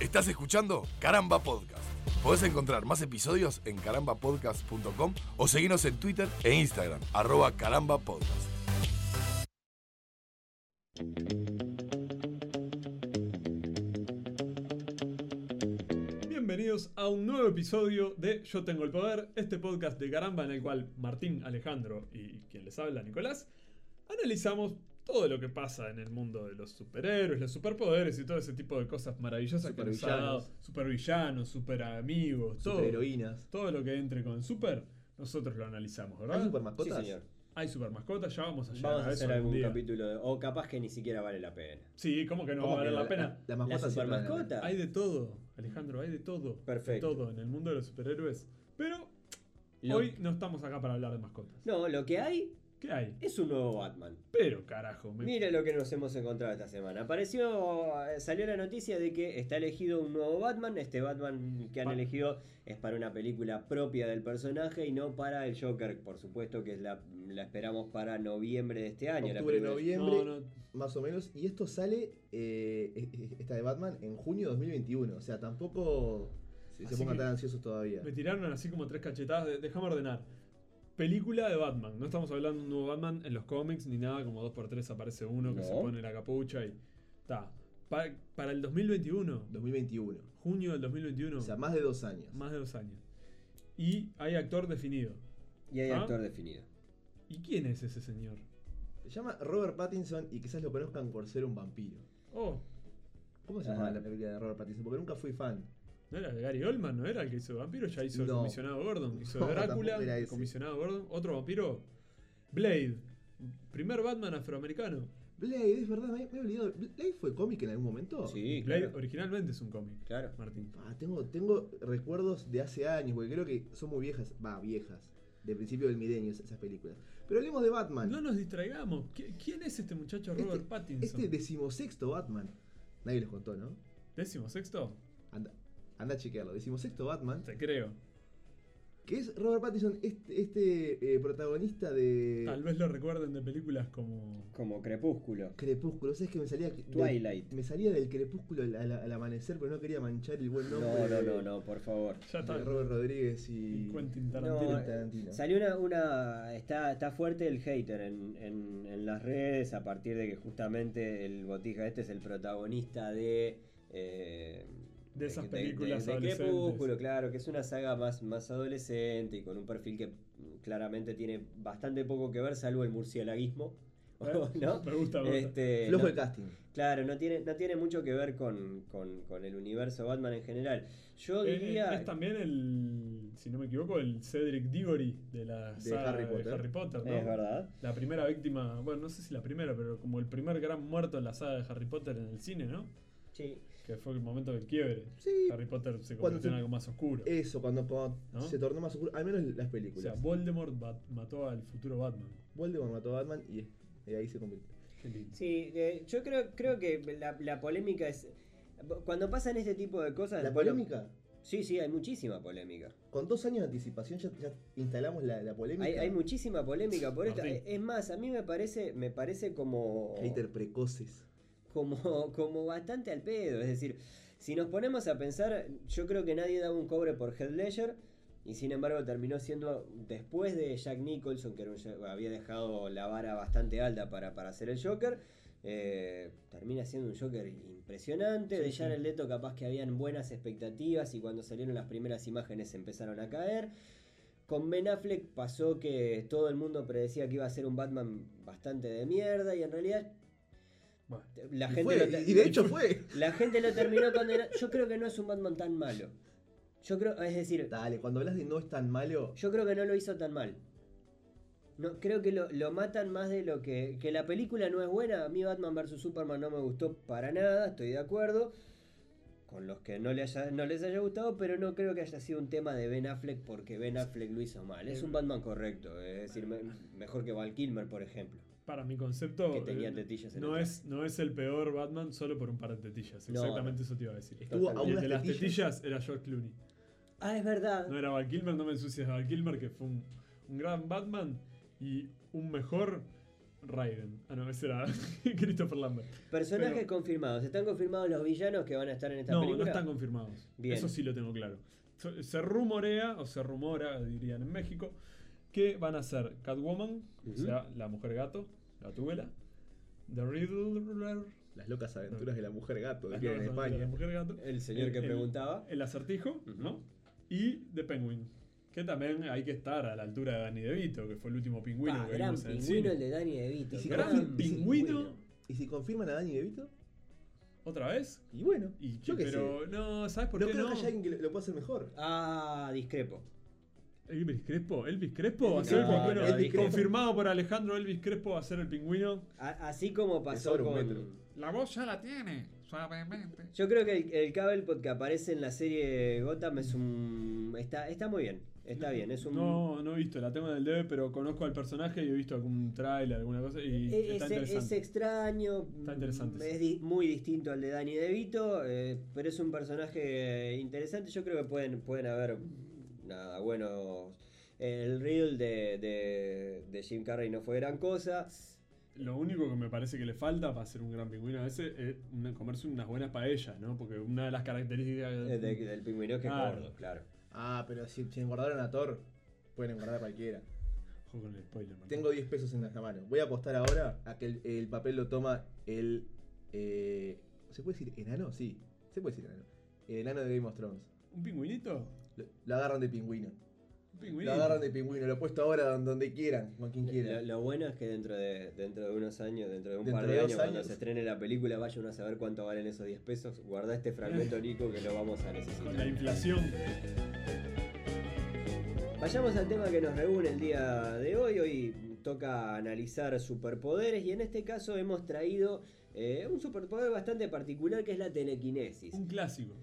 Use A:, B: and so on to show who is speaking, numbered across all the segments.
A: Estás escuchando Caramba Podcast. Podés encontrar más episodios en carambapodcast.com o seguirnos en Twitter e Instagram, arroba carambapodcast.
B: Bienvenidos a un nuevo episodio de Yo Tengo el Poder, este podcast de Caramba en el cual Martín, Alejandro y quien les habla, Nicolás, analizamos todo lo que pasa en el mundo de los superhéroes, los superpoderes y todo ese tipo de cosas maravillosas que nos ha dado. Supervillanos, superamigos, todo,
C: Superheroínas.
B: todo lo que entre con super, nosotros lo analizamos, ¿verdad?
C: ¿Hay supermascotas?
D: Sí, señor.
B: Hay supermascotas, ya vamos a llegar
D: Vamos a
B: a eso
D: hacer algún
B: día.
D: capítulo de- O capaz que ni siquiera vale la pena.
B: Sí, ¿cómo que no va
C: ¿Cómo
B: a valer
C: que
B: la pena?
C: La,
D: La
C: mascota siempre vale la
D: supermascota.
B: Hay de todo, Alejandro, hay de todo.
D: Perfecto.
B: De todo en el mundo de los superhéroes. Pero
D: Lo-
B: hoy no estamos acá para hablar de mascotas.
D: No, lo que hay
B: ¿Qué hay?
D: es un nuevo Batman.
B: Pero carajo, me-
D: Mira lo que nos hemos encontrado esta semana. Apareció, eh, salió la noticia de que está elegido un nuevo Batman. Este Batman que han
B: Pa-
D: elegido es para una película propia del personaje y no para el Joker, por supuesto, que es la, la esperamos para noviembre de este
C: pena.
D: año. la
C: Octubre,
D: primera-
B: No,
C: noviembre,
B: no.
C: más o menos. Y esto sale, eh, eh, eh, esta de Batman, en junio de 2021. O sea, tampoco se, se
B: Así
C: pongan
B: que-
C: tan ansiosos todavía.
B: me tiraron así como tres cachetadas. de- Déjame ordenar. Película de Batman. No estamos hablando de un nuevo Batman en los cómics ni nada, como 2x3 aparece uno que
D: No.
B: se pone la capucha y. Ta. Pa- para el 2021,
C: 2021.
B: junio del 2021,
C: O sea, más de dos años.
B: más de dos años. Y hay actor definido.
D: Y hay
B: ¿Ah?
D: actor definido.
B: ¿Y quién es ese señor?
C: Se llama Robert Pattinson y quizás lo conozcan por ser un vampiro.
B: Oh,
C: ¿Cómo se
D: Ajá.
C: llama la película de Robert Pattinson? Porque nunca fui fan.
B: ¿No era Gary Oldman? ¿No era el que hizo Vampiro? Ya hizo el
C: No.
B: Comisionado Gordon. Hizo
C: No,
B: Drácula,
C: tampoco era
B: el
C: ese.
B: Comisionado Gordon. ¿Otro vampiro? Blade. Primer Batman afroamericano.
C: Blade, es verdad, me, me he olvidado. ¿Blade fue cómic en algún momento?
D: Sí,
B: Blade
D: claro.
B: originalmente es un cómic.
D: Claro.
B: Martín.
C: Ah, tengo, tengo recuerdos de hace años, porque creo que son muy viejas. Va, viejas. De principio del milenio es- esas películas. Pero hablemos de Batman.
B: No nos distraigamos. ¿Qui- ¿Quién es este muchacho
C: Este-
B: Robert Pattinson?
C: Este decimosexto Batman. Nadie les contó, ¿no?
B: ¿Décimo sexto?
C: Anda, anda a chequearlo. Decimosexto Batman.
B: Te creo.
C: Que es Robert Pattinson, este, este, eh, protagonista de
B: Tal vez lo recuerden de películas como...
D: Como Crepúsculo.
C: Crepúsculo. ¿Sabes que me salía. del-
D: Twilight.
C: me salía del crepúsculo al, al- al amanecer, pero no quería manchar el buen
D: No,
C: nombre.
D: no,
B: eh,
C: de-
D: no, no, por favor.
B: Ya está. ¿Eh?
C: de Robert Rodríguez y.
B: Y Quentin
D: No,
B: Tarantino.
D: eh,
C: Tarantino.
D: Salió una, una- está, está fuerte el hater en, en- en las redes a partir de que justamente el botija este es el protagonista de eh,
B: De esas películas
D: de,
B: adolescentes.
D: Crepúsculo, claro, que es una saga más, más adolescente y con un perfil que mm, claramente tiene bastante poco que ver, salvo el murcielaguismo. Oh,
B: Eh,
D: ¿no?
B: Me gusta, me gusta.
D: Este,
C: Flojo
D: no-
C: el casting.
D: Claro, no tiene, no tiene mucho que ver con, con- con el universo Batman en general. Yo
B: Eh,
D: diría.
B: es también el, si no me equivoco, el Cedric Diggory de la
C: De
B: saga
C: Harry Potter.
B: de Harry Potter, ¿no?
D: es verdad.
B: La primera víctima, bueno, no sé si la primera, pero como el primer gran muerto en la saga de Harry Potter en el cine, ¿no?
D: Sí.
B: Que fue el momento del quiebre.
C: Sí.
B: Harry Potter se
C: Cuando
B: convirtió en
C: se- Eh,
B: algo más oscuro.
C: Eso, cuando, cuando
B: ¿No?
C: se tornó más oscuro, al menos las
B: o sea,
C: películas.
B: Voldemort bat- mató al futuro Batman.
C: Voldemort mató a Batman y, y ahí se convirtió.
B: Qué lindo.
D: Sí, eh, yo creo, creo que la, la polémica es. Cuando pasan este tipo de cosas.
C: Ah, La
D: bueno,
C: polémica,
D: Sí, sí, hay muchísima polémica.
C: con dos años de anticipación ya, ya instalamos la, la polémica. Ah,
D: Hay, hay muchísima polémica por esto.
B: Martín.
D: Es más, a mí me parece, me parece como.
C: Hater precoces.
D: como, como bastante al pedo. Es decir, si nos ponemos a pensar, yo creo que nadie daba un cobre por Heath Ledger. Y sin embargo terminó siendo, después de Jack Nicholson, que era un Jack- había dejado la vara bastante alta para, para hacer el Joker, eh, termina siendo un Joker impresionante. de Jared Leto capaz que habían buenas expectativas y cuando salieron las primeras imágenes empezaron a caer. Con Ben Affleck pasó que todo el mundo predecía que iba a ser un Batman bastante de mierda y en realidad
B: Bueno,
D: la
C: y,
D: gente
C: fue,
D: lo te-
C: y- y de hecho fue.
D: la gente lo terminó condenando. Yo creo que no es un Batman tan malo. Yo creo, es decir,
C: Dale, cuando hablas de no es tan malo,
D: yo creo que no lo hizo tan mal. No, creo que lo, lo matan más de lo que. Que la película no es buena. A mí Batman vs Superman no me gustó para nada, estoy de acuerdo. Con los que no, le haya- no les haya gustado, pero no creo que haya sido un tema de Ben Affleck porque Ben Affleck lo hizo mal. Es un Batman correcto, es decir, me- mejor que Val Kilmer, por ejemplo.
B: para mi concepto,
D: Que tenía
B: eh,
D: tetillas en
B: no,
D: el-
B: es, no es el peor Batman solo por un par de tetillas.
D: No,
B: Exactamente
D: no.
B: eso te iba a decir.
C: estuvo a
B: Y el
D: Totalmente.
C: unas
B: de las
C: tetillas.
B: tetillas era George Clooney.
D: Ah, es verdad.
B: No era Val Kilmer, no me ensucies a Val Kilmer, que fue un, un gran Batman y un mejor Raiden. Ah, no, ese era Christopher Lambert.
D: Personajes
B: Pero-
D: confirmados. ¿Están confirmados los villanos que van a estar en esta
B: No,
D: película?
B: no están confirmados.
D: Bien.
B: Eso sí lo tengo claro. Se se rumorea, o se rumora, dirían en México, que van a ser Catwoman, o
D: Ujú.
B: sea, la mujer gato, la tubela, The Riddler,
C: Las locas aventuras de la mujer gato,
B: las
C: dirían en
B: nuevas aventuras de la
C: España.
B: mujer gato,
D: El señor que preguntaba.
B: el acertijo,
D: Ujú.
B: ¿no? Y The Penguin, que también hay que estar a la altura de Danny DeVito, que fue el último pingüino
D: Ah,
B: que
D: gran
B: vimos en el
D: pingüino
B: cine.
D: el de Danny DeVito.
C: Y si
B: Gran pingüino,
C: ¿Y si confirman a Dani DeVito?
B: otra vez.
C: Y bueno,
B: Y
C: yo qué sé.
B: pero no, ¿sabes por
C: No
B: qué
C: creo
B: no?
C: que haya alguien que lo, lo pueda hacer mejor.
D: Ah, discrepo.
B: Elvis Crespo, Elvis Crespo va a
C: Elvis
B: ser el
D: Crespo.
B: pingüino.
D: No, no, Elvis Crespo.
B: Confirmado por Alejandro Elvis Crespo va a ser el pingüino.
D: A- así como pasó
C: sobra un
D: con.
C: metro.
E: La voz ya la tiene, suavemente.
D: Yo creo que el, el Cabelpot que aparece en la serie Gotham es un. Está, está muy bien. Está bien. Es un.
B: No, no he visto la tema del debe, pero conozco al personaje y he visto algún trailer, alguna cosa. Y
D: E-
B: está
D: Es, es
B: interesante.
D: extraño, mm,
B: Está interesante, sí.
D: es di- muy distinto al de Danny DeVito, eh, pero es un personaje interesante. Yo creo que pueden, pueden haber, nada, bueno, el reel de, de- de Jim Carrey no fue gran cosa.
B: Lo único que me parece que le falta para ser un gran pingüino ese es una- comerse unas buenas paellas, ¿no? Porque una de las características.
D: eh, de- del pingüino que
B: Claro.
D: es gordo, claro.
C: Ah, pero si, si engordaron a Thor, pueden engordar a cualquiera.
B: Ojo con el spoiler, Martín.
C: Tengo 10 pesos en la mano. Voy a apostar ahora a que el, el papel lo toma el. eh, ¿Se puede decir enano? Sí, se puede decir enano. El enano de Game of Thrones.
B: ¿Un pingüinito?
C: Lo, lo agarran de pingüino.
B: ¿Un
C: Lo
B: pingüinito?
C: agarran de pingüino. Lo he puesto ahora don- donde quieran, con quien
D: Lo,
C: quieran.
D: lo bueno es que dentro de, dentro de unos años, dentro de un
C: Dentro
D: par
C: de
D: de
C: dos
D: años, cuando
C: años.
D: se estrene la película, vaya uno a saber cuánto valen esos 10 pesos. Guarda este fragmento, Nico, que lo vamos a necesitar.
B: Con la inflación.
D: Vayamos al tema que nos reúne el día de hoy. Hoy toca analizar superpoderes y en este caso hemos traído eh, un superpoder bastante particular que es la telequinesis.
B: Un clásico.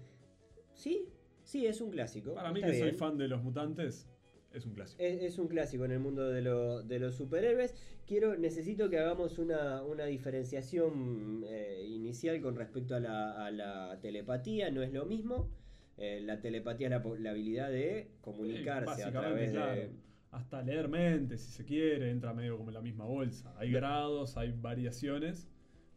D: ¿Sí? Sí, es un clásico.
B: Para mí,
D: Está
B: que soy
D: bien.
B: fan de los mutantes, es un clásico.
D: Es, es un clásico en el mundo de, lo- de los superhéroes. Quiero, necesito que hagamos una, una diferenciación eh, inicial con respecto a la, a la telepatía. No es lo mismo. Eh, la telepatía es la, po- la habilidad de comunicarse a
B: básicamente,
D: través de...
B: claro. Hasta leer mente, si se quiere, entra medio como en la misma bolsa. Hay grados, hay variaciones,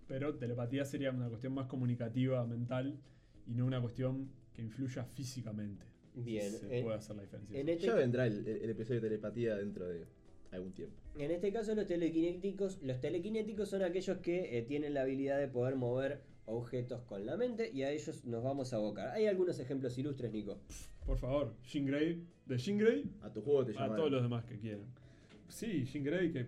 B: pero telepatía sería una cuestión más comunicativa, mental, y no una cuestión que influya físicamente.
D: Bien,
B: Si se
D: en-
B: puede hacer la diferencia.
D: en este
C: Ya vendrá el, el- el episodio de telepatía dentro de algún tiempo.
D: En este caso los telequinéticos, los telequinéticos son aquellos que eh, tienen la habilidad de poder mover objetos con la mente y a ellos nos vamos a abocar. Hay algunos ejemplos ilustres, Nico.
B: Por favor, Jean Grey, de Jean Grey
C: A tu juego te llaman.
B: a todos los demás que quieran. Sí, Jean Grey, que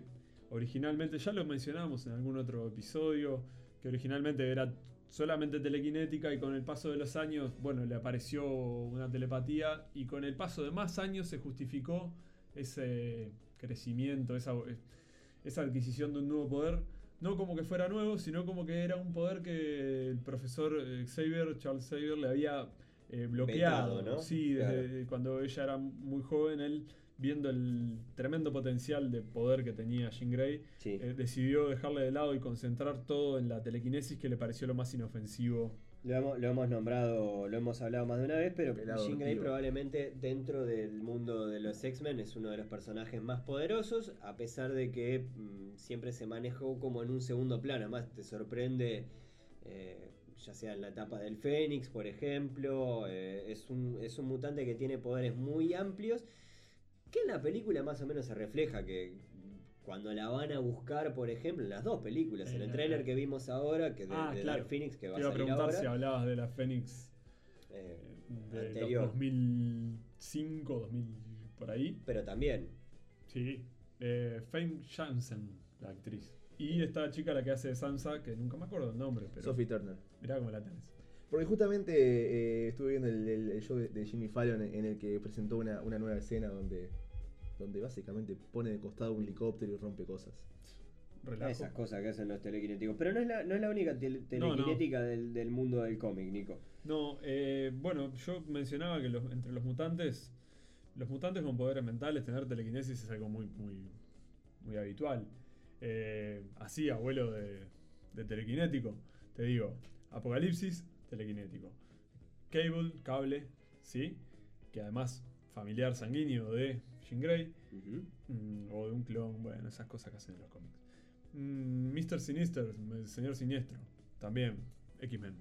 B: originalmente, ya lo mencionamos en algún otro episodio, que originalmente era solamente telequinética y con el paso de los años, bueno, le apareció una telepatía y con el paso de más años se justificó ese crecimiento, esa, esa adquisición de un nuevo poder. No como que fuera nuevo, sino como que era un poder que el profesor eh, Xavier, Charles Xavier, le había eh, bloqueado.
D: Vetado, ¿no?
B: Sí, desde
D: Claro.
B: cuando ella era muy joven, él, viendo el tremendo potencial de poder que tenía Jean Grey,
D: Sí.
B: eh, decidió dejarle de lado y concentrar todo en la telequinesis que le pareció lo más inofensivo.
D: Lo hemos, lo hemos nombrado, lo hemos hablado más de una vez, pero
C: Pelado
D: Jean Grey
C: tío.
D: probablemente dentro del mundo de los X-Men es uno de los personajes más poderosos, a pesar de que mm, siempre se manejó como en un segundo plano. Además, te sorprende, eh, ya sea en la etapa del Fénix, por ejemplo. eh, es, un, es un mutante que tiene poderes muy amplios, que en la película más o menos se refleja que... Cuando la van a buscar, por ejemplo, en las dos películas, en
B: En
D: el
B: la-
D: tráiler que vimos ahora, que de,
B: Ah,
D: de
B: claro.
D: Dark Phoenix, que va
B: Te iba
D: a
B: a
D: salir
B: preguntar
D: ahora.
B: si hablabas de la Fénix
D: Eh,
B: eh, de
D: Anterior.
B: los 2005, 2000, por ahí.
D: pero también.
B: Sí. Eh, Fame Jansen, la actriz. Y esta chica la que hace de Sansa, que nunca me acuerdo el nombre, pero
C: Sophie Turner.
B: mirá cómo la tenés.
C: Porque justamente eh, estuve viendo el, el- el show de, de Jimmy Fallon en el que presentó una, una nueva escena donde, donde básicamente pone de costado un helicóptero y rompe cosas.
B: Relajo.
D: Esas cosas que hacen los telequinéticos. Pero no es la, no es la única tele-
B: No, no.
D: telequinética Del, del mundo del cómic, Nico.
B: No, eh, bueno, yo mencionaba que los- entre los mutantes, los mutantes con poderes mentales, tener telequinesis es algo muy, muy, muy habitual. Eh, así, abuelo de, de telequinético, te digo, Apocalipsis, telequinético. Cable, cable, ¿sí? Que además familiar sanguíneo de Jean Grey,
D: Ujú.
B: mm, o de un clon, bueno, esas cosas que hacen en los cómics. Mm, Mr. Sinister, el señor siniestro. También, X-Men.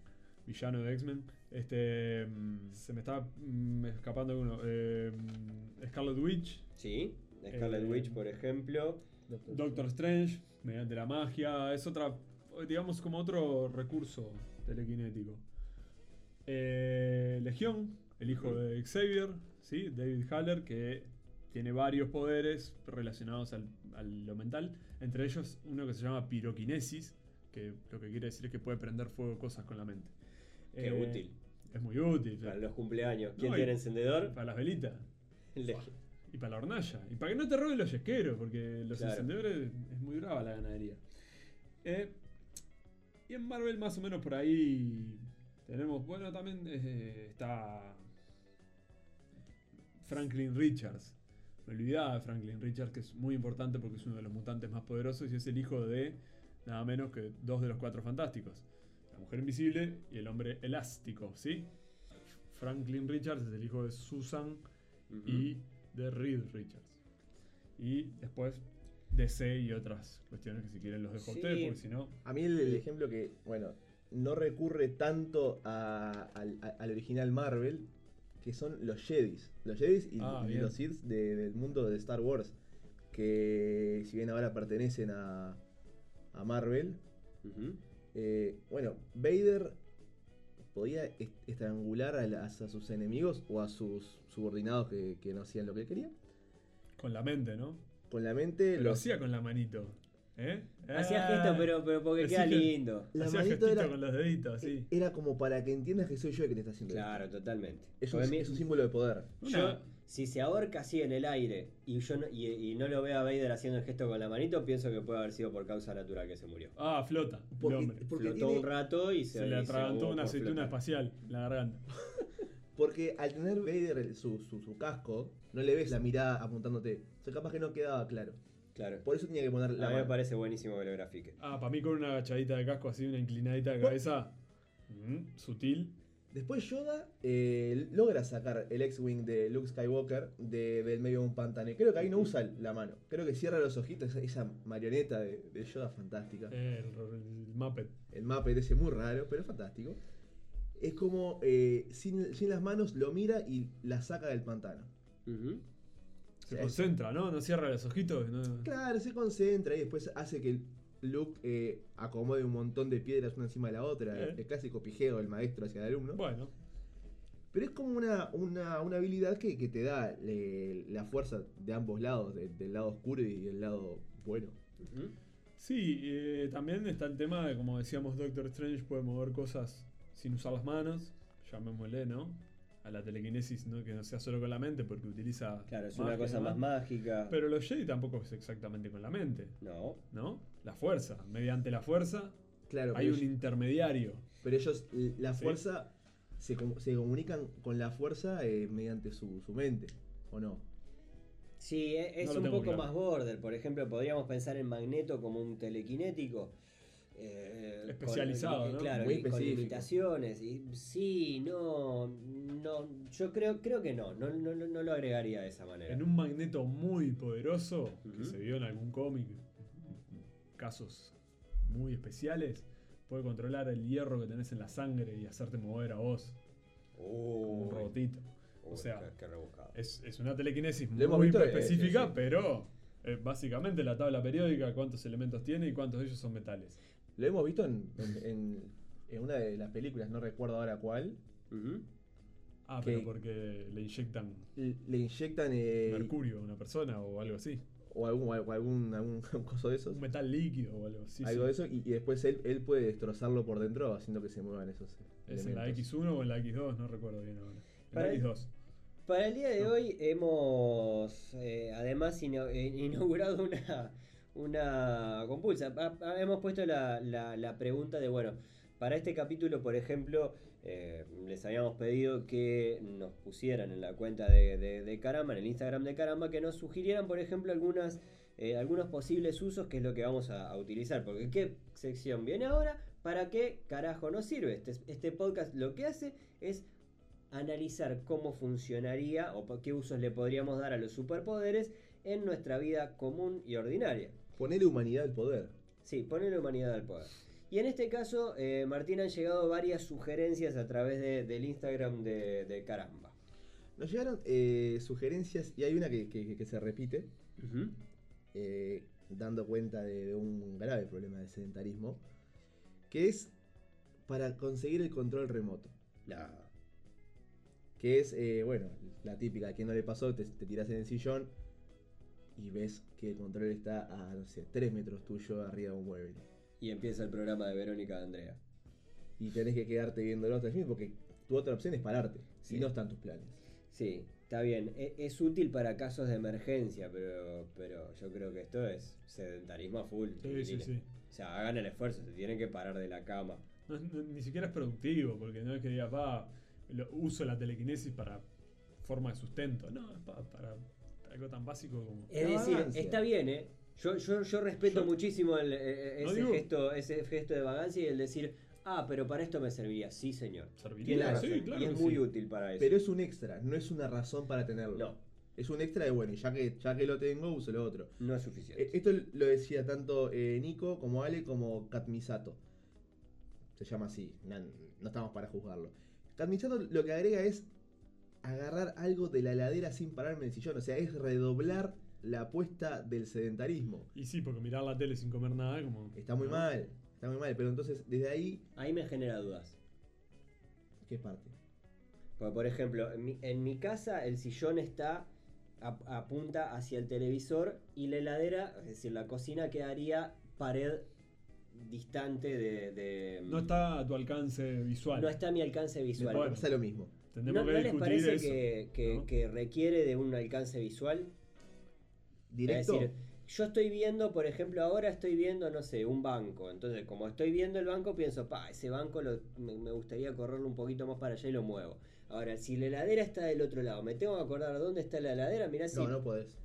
B: Villano de X-Men. Este. mm, se me está mm, escapando uno. Eh, mm, Scarlet Witch.
D: Sí, Scarlet
B: Eh,
D: Witch, por ejemplo.
C: Doctor,
B: Doctor Strange, mediante la magia, es otra, digamos, como otro recurso telequinético. Eh, Legión, el hijo de Xavier, ¿sí? David Haller, que tiene varios poderes relacionados al, a lo mental, entre ellos uno que se llama piroquinesis, que lo que quiere decir es que puede prender fuego cosas con la mente.
D: Qué
B: Eh,
D: útil.
B: Es muy útil.
D: Para los cumpleaños. ¿Quién
B: No, y-
D: tiene encendedor?
B: Para las velitas.
D: Le-
B: Y para la hornalla. Y para que no te roben los yesqueros, porque los
D: Claro.
B: encendedores es muy brava la ganadería. Eh, y en Marvel más o menos por ahí tenemos, bueno, también eh, está Franklin Richards. Me olvidaba de Franklin Richards, que es muy importante porque es uno de los mutantes más poderosos y es el hijo de nada menos que dos de los cuatro fantásticos. La mujer invisible y el hombre elástico, ¿sí? Franklin Richards es el hijo de Susan
D: Ujú.
B: y de Reed Richards. Y después DC y otras cuestiones que si quieren los dejo a
D: Sí.
B: ustedes, porque si no,
C: A mí el, el ejemplo que, bueno, no recurre tanto a- al, a- al original Marvel, que son los Jedis. Los Jedis y,
B: Ah,
C: y
B: bien.
C: los Sith de- del mundo de Star Wars, que si bien ahora pertenecen a, a Marvel,
D: Ujú.
C: eh, bueno, Vader podía est- estrangular a, las- a sus enemigos o a sus subordinados que, que no hacían lo que él quería.
B: con la mente, ¿no?
C: Con la mente,
B: Pero lo
C: los-
B: hacía con la manito. ¿Eh?
D: Hacía
B: Ah,
D: gestos, pero, pero porque
B: Decí
D: queda
B: que-
D: lindo.
C: la
B: hacía
C: manito
B: gestito
C: era, e Eh,
B: con los deditos, así.
C: era como para que entiendas que soy yo el que te está haciendo esto.
D: Claro, totalmente.
C: Es un,
D: Porque a mí-
C: es un símbolo de poder.
D: yo,
B: Una-
D: si se ahorca así en el aire y yo no, y, y no lo veo a Vader haciendo el gesto con la manito, pienso que puede haber sido por causa natural que se murió.
B: Ah, flota. el
C: Porque,
B: hombre.
C: porque
D: Flotó
C: tiene-
D: un rato y se, "Uh,
B: Se le
D: y se
B: atragantó
D: ahogó
B: una
D: por
B: aceituna
D: flotar.
B: espacial en la garganta.
C: porque al tener Vader el- su, su, su casco, no le ves la mirada apuntándote. O sea, capaz que no quedaba claro.
D: Claro.
C: Por eso tenía que poner la
D: a mí me
C: mano.
D: parece buenísimo que lo grafique.
B: Ah, para mí con una agachadita de casco así, una inclinadita de cabeza. Mm, sutil.
C: Después Yoda eh, logra sacar el X-Wing de Luke Skywalker de- del medio de un pantano. Y creo que ahí no usa la mano. Creo que cierra los ojitos, esa, esa marioneta de, de Yoda fantástica.
B: Eh, el, el Muppet.
C: El mapa es ese muy raro, pero es fantástico. Es como eh, sin, sin las manos lo mira y la saca del pantano.
D: Ujú.
B: Se
C: Sí.
B: concentra, ¿no? No cierra los ojitos. no-
C: Claro, se concentra y después hace que Luke eh, acomode un montón de piedras una encima de la otra.
B: Eh.
C: El clásico pijeo del maestro hacia el alumno.
B: Bueno,
C: Pero es como una, una, una habilidad que, que te da eh, la fuerza de ambos lados, de- del lado oscuro y del lado bueno.
D: Ujú.
B: Sí, eh, también está el tema de, como decíamos, Doctor Strange puede mover cosas sin usar las manos, llamémosle, ¿no? A la telequinesis, ¿no? Que no sea solo con la mente, porque utiliza.
D: Claro, es
B: magia,
D: una cosa
B: ¿no?
D: más mágica.
B: Pero los Jedi tampoco es exactamente con la mente,
D: No.
B: ¿no? La fuerza. Mediante la fuerza
C: Claro,
B: hay
C: pero,
B: un intermediario.
C: pero ellos eh, la
B: Sí.
C: fuerza se, com- se comunican con la fuerza eh, mediante su, su mente, ¿o no?
D: Sí, e- es
B: No lo
D: un
B: tengo
D: poco
B: claro.
D: más border. Por ejemplo, podríamos pensar en Magneto como un telequinético. eh, con-
B: Especializado,
D: eh,
B: ¿no?
D: Claro,
C: Muy
D: y con
C: específico.
D: limitaciones. Y, sí, no, no. Yo creo, creo que no. No, no, no- no lo agregaría de esa manera.
B: En un magneto muy poderoso, que
D: Ujú.
B: se vio en algún cómic, casos muy especiales, puede controlar el hierro que tenés en la sangre y hacerte mover a vos, como
D: Uy,
B: un robotito.
D: uy,
B: o sea,
D: qué- qué rebuscado.
B: Es, es una telequinesis
C: Lo hemos
B: muy
C: visto, eh,
B: específica,
C: sí, sí.
B: pero eh, básicamente la tabla periódica, cuántos elementos tiene y cuántos de ellos son metales.
C: Lo hemos visto en, en- en- en una de las películas, no recuerdo ahora cuál.
D: Ujú.
B: Ah,
C: ¿Qué?
B: pero porque le inyectan
C: l- Le inyectan eh,
B: mercurio a una persona o algo así.
C: o algún, o algún, algún coso de esos.
B: Un metal líquido o algo así.
C: algo
B: sí.
C: de eso. Y, y después él, él puede destrozarlo por dentro haciendo que se muevan esos.
B: Es en la
C: elementos.
B: X1 o en la X2, no recuerdo bien ahora. En
D: Para-
B: la X2.
D: Para el día de
B: No.
D: hoy hemos eh, además ino- eh, inaugurado una, una compulsa. Ha- ha- hemos puesto la, la- la pregunta de, bueno, para este capítulo, por ejemplo, eh, les habíamos pedido que nos pusieran en la cuenta de, de, de Caramba, en el Instagram de Caramba, que nos sugirieran, por ejemplo, algunas, eh, algunos posibles usos, que es lo que vamos a, a utilizar. Porque ¿qué sección viene ahora? ¿Para qué carajo nos sirve? Este, este podcast lo que hace es analizar cómo funcionaría o po- qué usos le podríamos dar a los superpoderes en nuestra vida común y ordinaria.
C: Ponerle humanidad al poder.
D: Sí, poner la humanidad al poder. Y en este caso, eh, Martín, han llegado varias sugerencias a través de- del Instagram de, de Caramba.
C: Nos llegaron eh, sugerencias y hay una que, que- que se repite, eh, dando cuenta de, de un grave problema de sedentarismo, que es para conseguir el control remoto. La- que es, eh, bueno, la típica, que no le pasó, te, te tiras en el sillón y ves que el control está a, no sé, 3 metros tuyo arriba de un mueble.
D: Y empieza el programa de Verónica de Andrea.
C: Y tenés que quedarte viéndolo hasta el fin porque tu otra opción es pararte,
D: Sí.
C: y no están tus planes.
D: Sí, está bien. E- Es, útil para casos de emergencia, pero, pero yo creo que esto es sedentarismo a full.
B: Sí, sí,
D: chiquilines.
B: sí.
D: O sea, hagan el esfuerzo, se tienen que parar de la cama.
B: No es- no- ni siquiera es productivo, porque no es que digas, va, lo- uso la telequinesis para forma de sustento. No, es pa- para, algo tan básico como.
D: Es
C: La
D: decir,
C: vagancia.
D: está bien, ¿eh? Yo, yo, yo respeto
B: Yo-
D: muchísimo el, eh, eh,
B: No
D: ese,
B: digo-
D: gesto, ese gesto de vagancia y el decir, ah, pero para esto me servía. Sí, señor.
C: Tiene
B: Serviría.
C: razón.
B: Sí, claro.
D: y es
B: que
D: muy
B: sí.
D: útil para eso.
C: Pero es un extra, no es una razón para tenerlo.
D: No,
C: Es un extra de bueno, y ya que, ya que lo tengo, uso lo otro.
D: no es
C: Eh,
D: suficiente.
C: Esto lo decía tanto eh, Nico como Ale como Katmisato. Se llama así, na- no, estamos para juzgarlo. Katmisato lo que agrega es agarrar algo de la heladera sin pararme en el sillón. O sea, es redoblar la apuesta del sedentarismo.
B: Y sí, porque mirar la tele sin comer nada, como.
C: Está muy
B: ¿no?
C: mal, está muy mal. Pero entonces, desde ahí,
D: Ahí me genera dudas.
C: ¿qué parte?
D: Porque, por ejemplo, en mi, en mi casa el sillón está ap- apunta hacia el televisor y la heladera, es decir, la cocina quedaría pared distante de... de- mm,
B: No está a tu alcance visual.
D: no está a mi alcance
C: Me
D: visual.
B: Bueno.
C: pasa lo mismo.
D: ¿No,
B: Tendremos
D: no
B: que
D: les
B: discutir
D: parece
B: eso.
D: que, que-
B: ¿no?
D: que requiere de un alcance visual?
C: Directo.
D: Es decir, yo estoy viendo, por ejemplo, ahora estoy viendo, no sé, un banco. Entonces, como estoy viendo el banco, pienso, pa, ese banco lo- me, me gustaría correrlo un poquito más para allá y lo muevo. Ahora, si la heladera está del otro lado, me tengo que acordar dónde está la heladera. Mirá, si
C: No, no podés.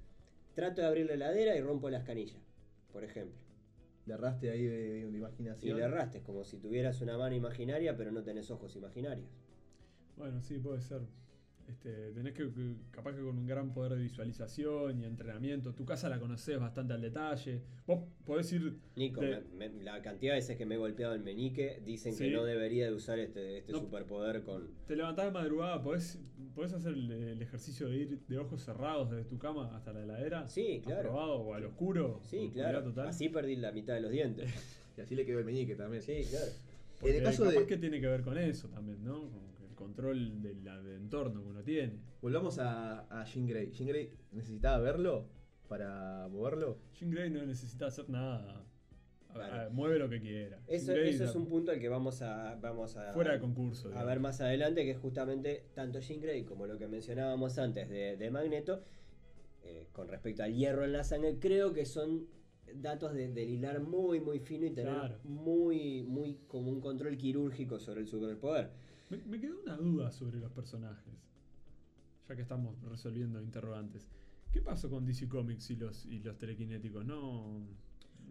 D: trato de abrir la heladera y rompo las canillas, por ejemplo.
C: Le erraste ahí de, de- de
D: Y
C: imaginación.
D: le erraste, es como si tuvieras una mano imaginaria, pero no tenés ojos imaginarios.
B: Bueno, sí, puede ser. Este, tenés que, que- capaz que con un gran poder de visualización y entrenamiento, tu casa la conoces bastante al detalle. Vos podés ir.
D: Nico,
B: De-
D: me- me- la cantidad de veces que me he golpeado el menique dicen que
B: Sí.
D: no debería de usar este, este
B: No.
D: superpoder con...
B: Te levantás de madrugada, podés, podés hacer el, el ejercicio de ir de ojos cerrados desde tu cama hasta la heladera.
D: Sí, claro.
B: Aprobado o al oscuro.
D: Sí,
B: con
D: claro.
B: oscuridad total.
D: Así perdí la mitad de los dientes.
C: Y así le quedó el meñique también.
D: sí, claro.
B: Porque
C: En el caso
B: capaz
C: de-
B: que tiene que ver con eso también, ¿no? Con que el control del, del entorno que uno tiene.
C: Volvamos a, a Jean Grey. Jean Grey necesitaba verlo para moverlo.
B: Jim Gray no necesita hacer nada. A-
D: Claro.
B: a- mueve lo que quiera. Jean
D: Eso,
B: Grey
D: eso
B: la-
D: es un punto al que vamos a... Vamos a
B: fuera de concurso.
D: a
B: digamos.
D: ver más adelante, que es justamente tanto Jean Grey como lo que mencionábamos antes de, de Magneto, eh, con respecto al hierro en la sangre, creo que son datos de, del hilar muy, muy fino y tener
B: Claro.
D: muy, muy como un control quirúrgico sobre el superpoder.
B: Me, me quedó una duda sobre los personajes. Ya que estamos resolviendo interrogantes. ¿Qué pasó con DC Comics y los, y los telequinéticos? ¿No, no-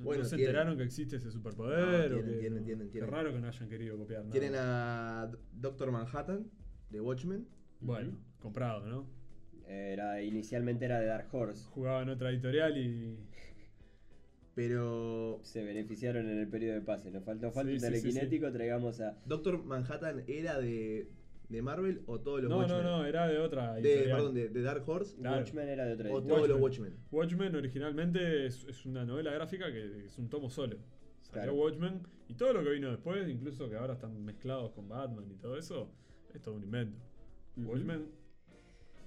C: Bueno,
B: no se
C: tienen-
B: enteraron que existe ese superpoder?
C: No,
B: o
C: tienen,
B: que
C: tienen,
B: no?
C: tienen,
B: Qué
C: tienen.
B: raro que no hayan querido copiar nada.
C: Tienen a Doctor Manhattan de Watchmen.
B: Bueno, comprado, ¿no?
D: Era, inicialmente era de Dark Horse.
B: Jugaba en otra editorial y...
C: Pero
D: Se beneficiaron en el periodo de pase. Nos faltó falta
B: Sí,
D: un
B: sí, sí,
D: telequinético, traigamos a.
C: Doctor Manhattan era de, de Marvel o todos los
B: No, no,
C: Watchmen.
B: no, era de otra
C: De,
B: editorial.
C: perdón, de, de Dark Horse
B: Claro.
D: Watchmen era de otra
C: o
D: editorial.
C: todos los Watchmen.
B: Watchmen originalmente es, es una novela gráfica que es un tomo solo. Salió
D: Claro.
B: Watchmen y todo lo que vino después, incluso que ahora están mezclados con Batman y todo eso, es todo un invento.
D: Ujú.
B: Watchmen,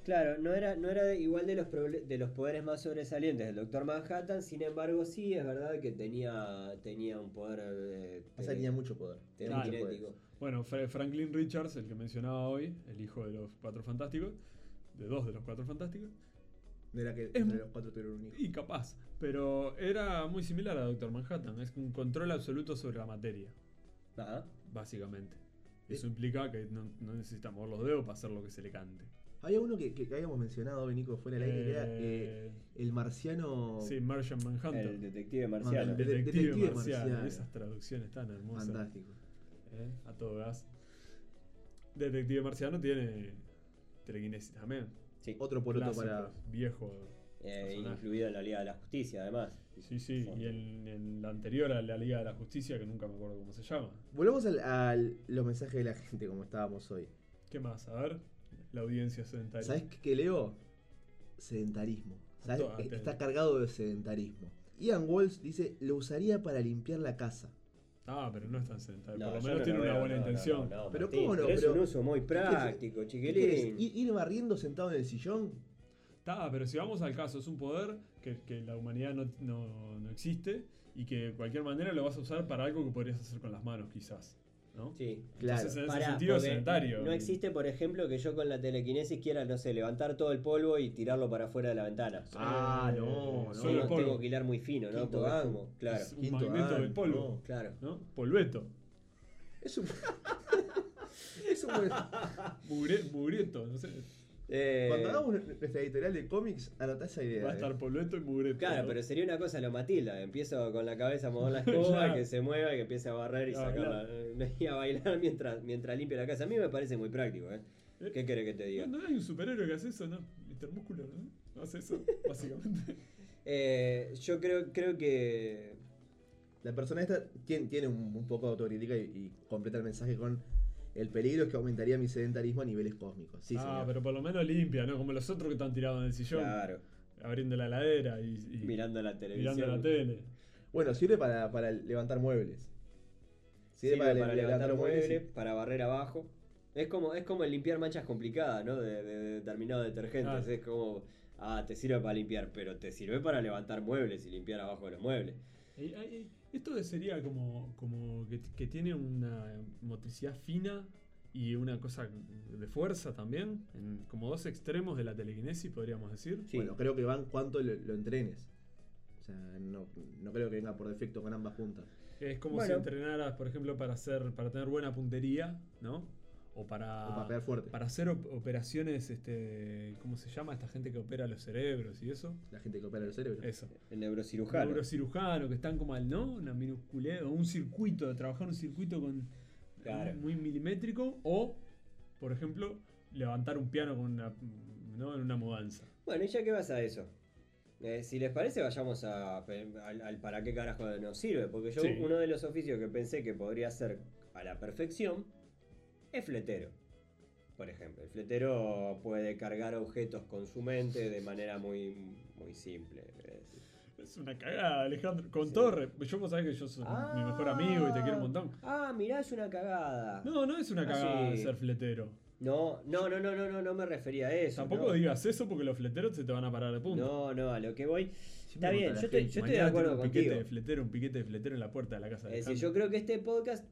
D: Claro, no era, no era de- igual de los, proble- de los poderes más sobresalientes del Doctor Manhattan, sin embargo, sí es verdad que tenía, tenía un poder. eh,
C: O sea,
D: tele-
C: tenía mucho poder. Tenía mucho
B: Claro.
C: poder.
D: telequinético.
B: bueno, Fra- Franklin Richards, el que mencionaba hoy, el hijo de los cuatro fantásticos, de dos de los cuatro fantásticos,
C: No era que
B: Es-
C: entre los cuatro tuvieron un hijo.
B: y capaz, pero era muy similar a Doctor Manhattan, es un control absoluto sobre la materia,
D: Ajá.
B: básicamente. Eso implica que no, no necesita mover los dedos para hacer lo que se le cante.
C: Había uno que, que, que habíamos mencionado, Benico, fuera del aire, que era eh,
B: Eh,
C: el marciano
B: Sí, Martian
D: El
B: Manhunter.
D: detective marciano.
C: Mandel-
B: Detective,
C: Detective
B: marciano.
C: marciano.
B: Esas traducciones tan hermosas.
C: fantástico.
B: ¿eh? A todo gas. Detective marciano tiene telequinesis también.
D: Sí.
C: Otro poroto
B: Clásicos,
C: para.
B: Viejo.
D: eh,
B: Personaje.
D: incluido en la Liga de la Justicia, además.
B: Sí, sí, y en, en la anterior a la Liga de la Justicia, que nunca me acuerdo cómo se llama.
C: Volvamos al- a los mensajes de la gente, como estábamos hoy.
B: ¿Qué más? A ver, la audiencia sedentaria.
C: ¿Sabes qué leo? Sedentarismo. ¿Sabes?
B: Todo,
C: Eh,
B: te-
C: Está cargado de sedentarismo. Ian Walsh dice, lo usaría para limpiar la casa.
B: Ah, pero no es tan sedentario.
D: No,
B: Por lo
D: yo
B: menos
D: no
B: tiene
D: lo
B: una
D: veo,
B: buena
D: no, no,
B: intención.
D: no, no,
C: Pero
D: Martín,
C: cómo no,
D: pero es
C: pero-
D: un uso muy práctico,
C: ¿Qué querés?
D: chiquilín.
C: ¿Ir, ir barriendo sentado en el sillón?
B: Está, pero si vamos al caso, es un poder que, que la humanidad no, no- no existe y que de cualquier manera lo vas a usar para algo que podrías hacer con las manos, quizás. ¿No?
D: Sí.
C: Claro.
B: Entonces, en ese
D: Pará,
B: sentido es
D: porque
B: sedentario.
D: No existe, por ejemplo, que yo con la telequinesis quiera, no sé, levantar todo el polvo y tirarlo para afuera de la ventana.
C: Ah, no,
B: Solo
C: no.
D: Solo
B: el
D: tengo
B: polvo.
D: que hilar muy fino, ¿no?
C: Quinto
D: Porque es
C: ángulo.
D: como- claro,
B: Es un
C: Quinto
B: movimiento del
C: año,
B: polvo.
D: claro.
B: ¿No? Polveto.
C: Es un... es un buen-
B: Mugre- mugreto, no sé.
D: Eh,
C: Cuando hagamos nuestra editorial de cómics, anotá esa idea.
B: Va a
C: eh.
B: estar polveto y mugreto.
D: Claro,
B: ¿no?
D: pero sería una cosa lo Matilda. Empiezo con la cabeza a mover la escoba,
B: Ya.
D: que se mueva, y que empiece a barrer y
B: Ah,
D: sacar
B: claro.
D: la- y a bailar mientras, mientras limpia la casa. A mí me parece muy práctico, ¿eh?
B: Eh,
D: ¿Qué querés que te diga?
B: No, no hay un superhéroe que hace eso, ¿no? Mr. Músculo, ¿no? No hace eso, básicamente.
D: Eh, yo creo, creo que.
C: La persona esta tiene, tiene un, un poco de autocrítica y, y completa el mensaje con el peligro es que aumentaría mi sedentarismo a niveles cósmicos. Sí,
B: ah,
C: señor.
B: pero por lo menos limpia, ¿no? Como los otros que están tirados en el sillón,
D: Claro,
B: abriendo la heladera y, y
D: mirando la televisión.
B: mirando la tele.
C: Bueno, sirve para, para levantar muebles.
D: Sirve para,
C: le-
D: levantar muebles,
C: y-
D: para barrer abajo. Es como, es como el limpiar manchas complicadas, ¿no? De, de- de determinados detergentes.
B: Claro.
D: Es como, ah, te sirve para limpiar, pero te sirve para levantar muebles y limpiar abajo de los muebles.
B: Ey, ay, ay, Esto de sería como, como que, que tiene una motricidad fina y una cosa de fuerza también, en como dos extremos de la telequinesis, podríamos decir.
D: Sí.
C: Bueno, creo que van cuánto lo, lo entrenes. O sea, no, no creo que venga por defecto con ambas juntas.
B: Es como si
D: Bueno.
B: entrenaras, por ejemplo, para hacer, para tener buena puntería, ¿no? O para,
C: O para pegar fuerte.
B: Ah, para hacer op- operaciones, este, ¿cómo se llama? Esta gente que opera los cerebros y eso.
C: La gente que opera el cerebro.
B: Eso.
D: El neurocirujano.
B: neurocirujano, que están como al no, una minuscule- o un circuito, de trabajar un circuito con
D: Claro.
B: muy milimétrico, o, por ejemplo, levantar un piano con una, ¿no? en una mudanza.
D: Bueno, y ya que vas a eso. eh, si les parece, vayamos a, pe- al, al para qué carajo nos sirve. Porque yo,
B: Sí.
D: uno de los oficios que pensé que podría hacer a la perfección es fletero. Por ejemplo, el fletero puede cargar objetos con su mente de manera muy, muy simple. Es-
B: Es una cagada, Alejandro. Con
D: Sí.
B: Torre, yo vos sabés que yo soy mi mejor amigo y te quiero un montón.
D: Ah, mirá, es una cagada. No,
B: No, no es una
D: Ah,
B: cagada
D: sí.
B: ser fletero.
D: no, no, no, no, no, no me refería a eso.
B: Tampoco
D: no.
B: digas eso porque los fleteros se te van a parar de punta.
D: No, no, a lo que voy. Está
C: me
D: bien,
C: mata la
D: yo estoy,
C: gente.
D: yo estoy de
B: Mañana tiene
D: acuerdo
B: un piquete
D: contigo.
B: de fletero, un piquete de fletero en la puerta de la casa de
D: Es decir, yo
B: Alejandro.
D: creo que este podcast,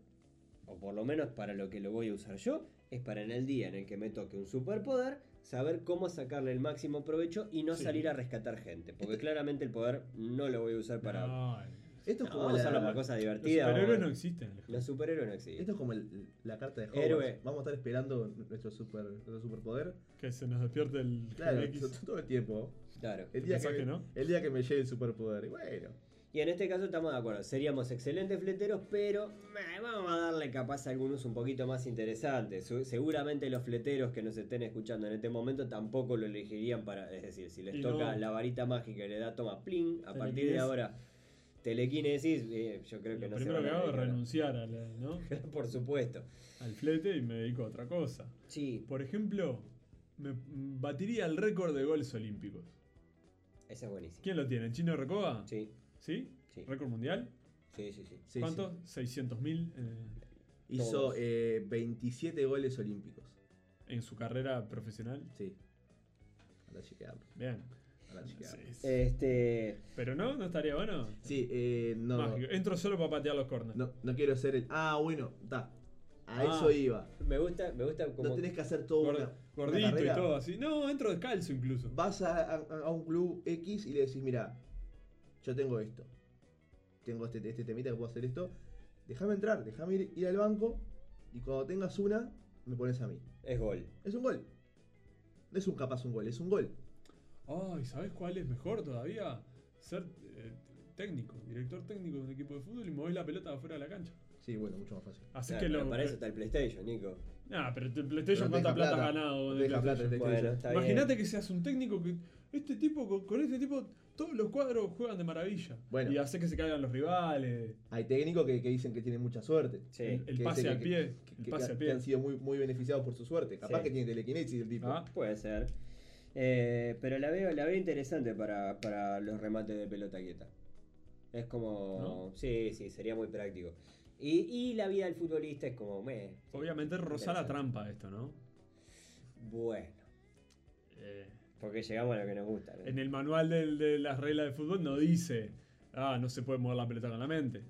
D: o por lo menos para lo que lo voy a usar yo, es para en el día en el que me toque un superpoder, saber cómo sacarle el máximo provecho y no
B: Sí. Este
D: salir a rescatar gente. Porque claramente el poder no lo voy a usar para. No,
B: No,
C: Esto es como
D: vamos a
C: la,
D: usarlo para cosas
B: los
D: divertidas.
B: superhéroes no
D: vamos
B: existen, Alejandro.
D: a- Los superhéroes no existen.
C: esto es como el- la carta de Hogwarts.
D: Héroe.
C: Vamos a estar esperando nuestro, super, nuestro superpoder.
B: Que se nos despierte el
C: Claro,
B: GX.
C: t- todo el tiempo.
D: Claro.
C: El día,
B: pensás
C: que,
B: que no?
C: el día que me llegue el superpoder. Y bueno,
D: Y en este caso estamos de acuerdo. Seríamos excelentes fleteros, pero eh, vamos a darle capaz a algunos un poquito más interesantes. Su- Seguramente los fleteros que nos estén escuchando en este momento tampoco lo elegirían para. Es decir, si les
B: Y
D: toca
B: no.
D: la varita mágica y le da toma pling, a partir de
B: Telequinesis.
D: ahora telequinesis, eh, yo creo que
B: Lo
D: no
B: primero
D: se van
B: que hago
D: a
B: es
D: dedicar a-
B: renunciar a la- ¿no?
D: Por supuesto.
B: al flete y me dedico a otra cosa.
D: Sí,
B: Por ejemplo, me mm, batiría el récord de goles olímpicos.
D: esa es buenísima.
B: ¿Quién lo tiene? ¿El chino Recoba?
D: Sí,
B: ¿Sí?
D: sí,
B: ¿Récord mundial?
D: sí, sí, sí.
C: sí, sí.
B: ¿Cuántos? 600.000 eh,
C: Hizo
D: Todos.
C: eh, 27 goles olímpicos.
B: en su carrera profesional.
C: Sí. A la chequeamos.
B: Vean.
C: A la chequeamos.
B: Sí, sí.
D: Este.
B: Pero no, no estaría bueno.
C: Sí, eh, no.
B: Mágico. Entro solo para patear los corners.
C: No, no quiero ser el. Ah, bueno, está. A
B: Ah.
C: eso iba.
D: Me gusta, me gusta como.
C: No tenés que hacer todo
B: Gord-
C: una, una
B: gordito y
C: carrera.
B: todo así. No, entro descalzo incluso.
C: Vas a, a- a un club X y le decís, mira, yo tengo esto. Tengo este, este temita que puedo hacer esto. Déjame entrar, déjame ir, ir al banco y cuando tengas una, me pones a mí.
D: Es gol.
C: Es un gol. No es un capaz un gol, es un gol.
B: Ay, ¿sabes cuál es mejor todavía? Ser eh, técnico, director técnico de un equipo de fútbol y mover la pelota afuera de la cancha.
C: Sí, bueno, mucho más fácil.
B: Así
D: Claro,
B: que
D: pero
B: lo.
D: para eso está el PlayStation, Nico.
B: Nah, pero el PlayStation
C: Pero te
B: cuánta
C: deja
B: plata ha
C: plata.
B: ganado. con el
C: Te deja
B: PlayStation?
C: plata el
D: Bueno,
C: PlayStation.
D: está bien.
B: Imagínate que seas un técnico que. Este tipo, con, con este tipo, todos los cuadros juegan de maravilla.
C: Bueno.
B: Y hace que se caigan los rivales.
C: Hay técnicos que, que dicen que tienen mucha suerte.
D: Sí.
B: El, el
C: Eh, Que
B: pase
C: dicen
B: al
C: que-
B: pie.
C: que-
B: El
C: que-
B: pase
C: que
B: al pie.
C: han sido muy, muy beneficiados por su suerte. Capaz
D: Sí.
C: que tiene telequinesis el tipo.
B: Ah,
D: Puede ser. Eh, pero la veo, la veo interesante para, para los remates de pelota quieta. Es como. Sí, sí, sería muy práctico. Y, y la vida del futbolista es como. meh,
B: Obviamente rozar la
D: Interesante.
B: trampa esto, ¿no?
D: bueno.
B: Eh,
D: Porque llegamos a lo que nos gusta. ¿no?
B: en el manual del- de las reglas de fútbol no dice. Ah, no se puede mover la pelota con la mente.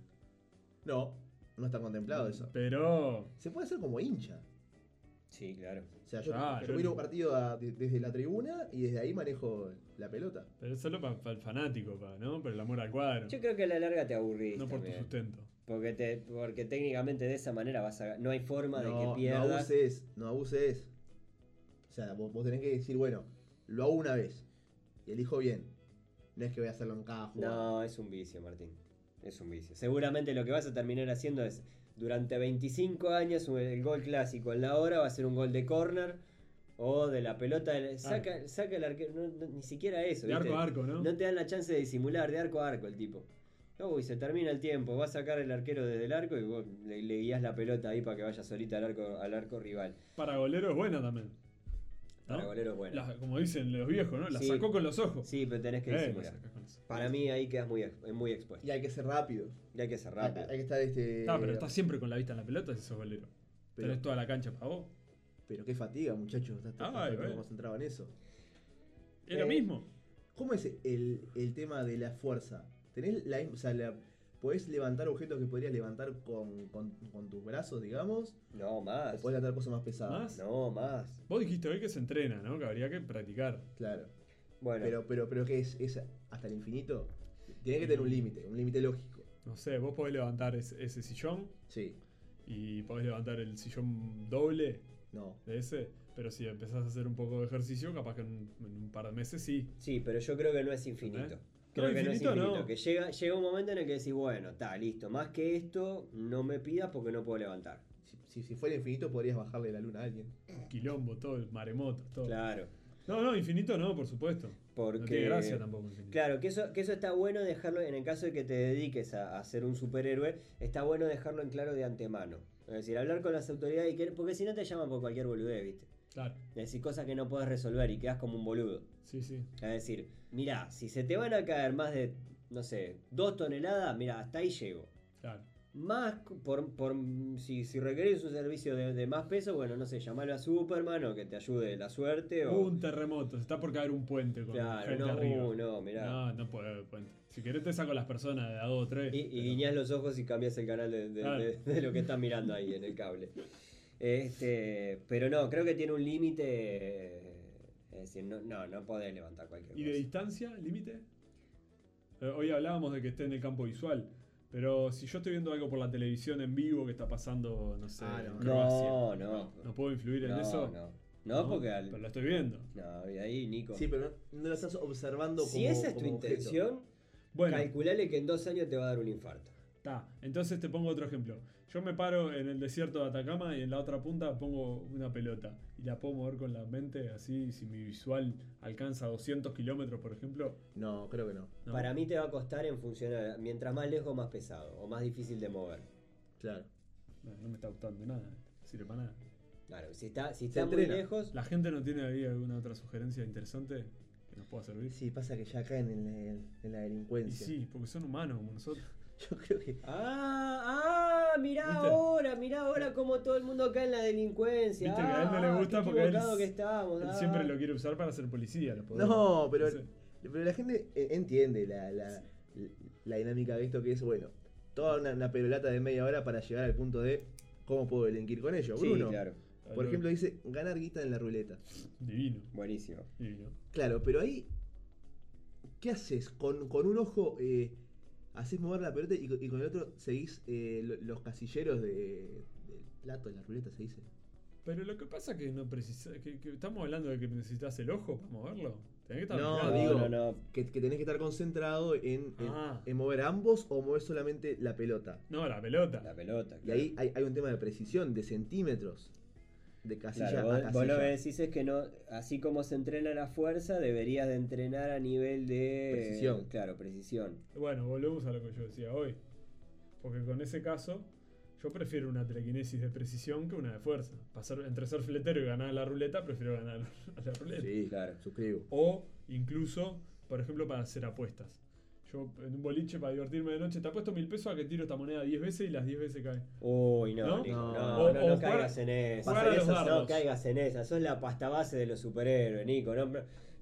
C: No, no está contemplado
B: Mm.
C: eso.
B: Pero.
C: Se puede hacer como hincha.
D: Sí, claro.
C: O sea, yo,
B: Ah,
C: yo
B: yo-
C: miro un partido a- de- desde la tribuna y desde ahí manejo la pelota.
B: Pero es solo para el fanático, pa, ¿no? Pero el amor al cuadro.
D: Yo creo que a la larga te aburrís.
B: No por tu
D: también.
B: sustento.
D: porque, te, porque técnicamente de esa manera vas a, no hay forma de
C: No,
D: que
C: no
D: pierdas.
C: abuses, no abuses. O sea, vos, vos tenés que decir, bueno, lo hago una vez y elijo bien. No es que voy a hacerlo en cada jugada.
D: No, es un vicio, Martín. Es un vicio. Seguramente lo que vas a terminar haciendo es, durante 25 años, un- el gol clásico en la hora va a ser un gol de córner o de la pelota. del- Saca, saca el arquero, no- no- ni siquiera eso.
B: De arco
D: ¿viste?
B: a arco, ¿no?
D: No te dan la chance de disimular, de arco a arco el tipo. Uy, se termina el tiempo, va a sacar el arquero desde el arco y vos le, le guías la pelota ahí para que vaya solita al arco, al arco rival.
B: Para golero es buena también. ¿no?
D: Para golero es bueno.
B: La- como dicen los viejos, ¿no? La
D: Sí.
B: sacó con los ojos.
D: Sí, pero tenés que
B: Eh, la
D: disimular.
B: sacás con eso.
D: Para mí ahí quedas muy, ex- muy expuesto.
C: Y hay que ser rápido.
D: Y hay que ser
C: Hay,
D: rápido.
C: hay que estar
D: Eh,
C: este.
B: Está, pero estás siempre con la vista en la pelota si sos golero.
C: pero,
B: Tenés toda la cancha para vos.
C: pero qué fatiga, muchachos. Estás tan
B: Ay, bueno.
C: concentrado en eso.
B: Es lo
C: Eh,
B: mismo.
C: ¿Cómo es el, el tema de la fuerza? ¿Tenés la, im- o sea, la- podés levantar objetos que podrías levantar con, con- con tus brazos, digamos?
D: No,
C: ¿O
D: más.
C: podés levantar cosas más pesadas?
B: ¿Más?
D: No, más.
B: Vos dijiste hoy que se entrena, ¿no? Que habría que practicar.
C: Claro.
D: Bueno,
C: Pero, pero, pero ¿qué es? ¿Es hasta el infinito? Tiene que tener un límite, un límite lógico.
B: No sé, vos podés levantar ese, ese sillón
C: Sí.
B: y podés levantar el sillón doble
C: No.
B: de ese. Pero si empezás a hacer un poco de ejercicio, capaz que en, un- en un par de meses sí.
D: sí, pero yo creo que no es infinito.
B: ¿Eh?
D: Creo
B: No,
D: que
B: infinito
D: no es infinito.
B: no.
D: Que llega, llega un momento en el que decís, bueno, está, listo. Más que esto, no me pidas porque no puedo levantar.
C: Si, si, si fuera infinito podrías bajarle la luna a alguien.
B: Quilombo, todo, el maremoto, todo.
D: Claro.
B: No, no, infinito no, por supuesto. No tiene
D: Porque.
B: gracia tampoco infinito.
D: Claro, que eso, que eso está bueno dejarlo, en el caso de que te dediques a, a ser un superhéroe, está bueno dejarlo en claro de antemano. Es decir, hablar con las autoridades, y que- porque si no te llaman por cualquier boludez, ¿viste?
B: Claro.
D: Es decir, cosas que no puedes resolver y quedas como un boludo.
B: Sí, sí.
D: Es decir, mirá, si se te van a caer más de, no sé, dos toneladas, mirá, hasta ahí llego.
B: Claro.
D: Más, cu- por, por- si, si requerís un servicio de, de más peso, bueno, no sé, llamalo a Superman o que te ayude la suerte o...
B: Hubo un terremoto, se está por caer un puente con
D: claro,
B: gente
D: no,
B: arriba.
D: uh, no, mirá.
B: No, no puede haber puente. Si querés te saco las personas de a dos o tres.
D: Y, y
B: pero-
D: guiñás los ojos y cambias el canal de, de-
B: Claro.
D: de- de lo que estás mirando ahí en el cable. Este, pero no, creo que tiene un límite. eh, Es decir, no, no, no podés levantar cualquier
B: ¿Y de
D: cosa.
B: distancia, límite? Eh, hoy hablábamos de que esté en el campo visual. Pero si yo estoy viendo algo por la televisión en vivo que está pasando, no sé,
C: Ah,
B: en
C: no.
B: Croacia,
D: No, no.
B: ¿no puedo influir en
D: no,
B: eso?
D: No, no, porque. al-
B: Pero lo estoy viendo.
D: No, y ahí, Nico.
C: Sí, pero no, no lo estás observando como
D: si esa es tu
C: como objeto.
D: intención,
B: Bueno,
D: calculale que en dos años te va a dar un infarto.
B: está. Entonces te pongo otro ejemplo. Yo me paro en el desierto de Atacama y en la otra punta pongo una pelota. Y la puedo mover con la mente, así, si mi visual alcanza 200 kilómetros, por ejemplo.
C: No, creo que no.
B: no.
D: Para mí te va a costar en funcionar. Mientras más lejos, más pesado o más difícil de mover.
C: Claro.
B: No, no me está gustando nada. No sirve para nada.
D: Claro, si está, si está muy
C: entrena.
D: lejos.
B: ¿La gente no tiene ahí alguna otra sugerencia interesante que nos pueda servir?
C: Sí, pasa que ya caen en, la- en la
B: Y
C: delincuencia.
B: sí, porque son humanos como nosotros.
C: Yo creo que
D: Ah, ah, mirá
B: ¿Viste?
D: ahora, mirá ahora como todo el mundo cae en la delincuencia.
B: Viste que a él no le
D: Ah,
B: gusta
D: qué
B: porque él
D: equivocado
B: s-
D: que estamos.
B: Él
D: ah.
B: siempre lo quiere usar para ser policía. los poderes.
C: No, pero,
B: sé.
C: pero la gente eh, entiende la, la- la dinámica de esto que es, bueno, toda una, una perolata de media hora para llegar al punto de cómo puedo delinquir con ello.
D: Sí,
C: Bruno,
D: claro,
C: por ejemplo, dice ganar guita en la ruleta.
B: Divino,
D: buenísimo.
B: divino.
C: Claro, pero ahí, ¿qué haces? Con, con un ojo eh, haces mover la pelota y, con- y con el otro seguís eh, lo- los casilleros de, del plato de la ruleta, se dice.
B: Pero lo que pasa es que no precisa, que, que estamos hablando de que necesitas el ojo para moverlo. Tenés que estar
C: No,
B: mirando.
C: digo-
D: no, no.
C: Que, que tenés que estar concentrado en, en-
B: Ah.
C: en mover ambos o mover solamente la pelota.
B: No, la pelota.
D: La pelota.
C: Y ahí hay, hay un tema de precisión, de centímetros. de casilla
D: Claro,
C: a
D: vos,
C: casilla.
D: vos lo que decís es que no, así como se entrena la fuerza, deberías de entrenar a nivel de.
C: Precisión.
D: Claro, precisión.
B: Bueno, volvemos a lo que yo decía hoy. Porque con ese caso, yo prefiero una telequinesis de precisión que una de fuerza. Pasar, entre ser fletero y ganar la ruleta, prefiero ganar a la ruleta.
C: Sí,
D: Claro.
C: suscribo.
B: O incluso, por ejemplo, para hacer apuestas. Yo en un boliche para divertirme de noche, te apuesto mil pesos a que tiro esta moneda 10 veces y las 10 veces cae.
D: Uy, no,
B: ¿No?
D: Nico,
C: No.
D: no, no,
B: O-
D: no
B: o
D: caigas
B: jugar-
D: en eso.
B: jugar a los
D: Eso, no
B: dardos.
D: caigas en esa. Sos la pasta base de los superhéroes, Nico. No,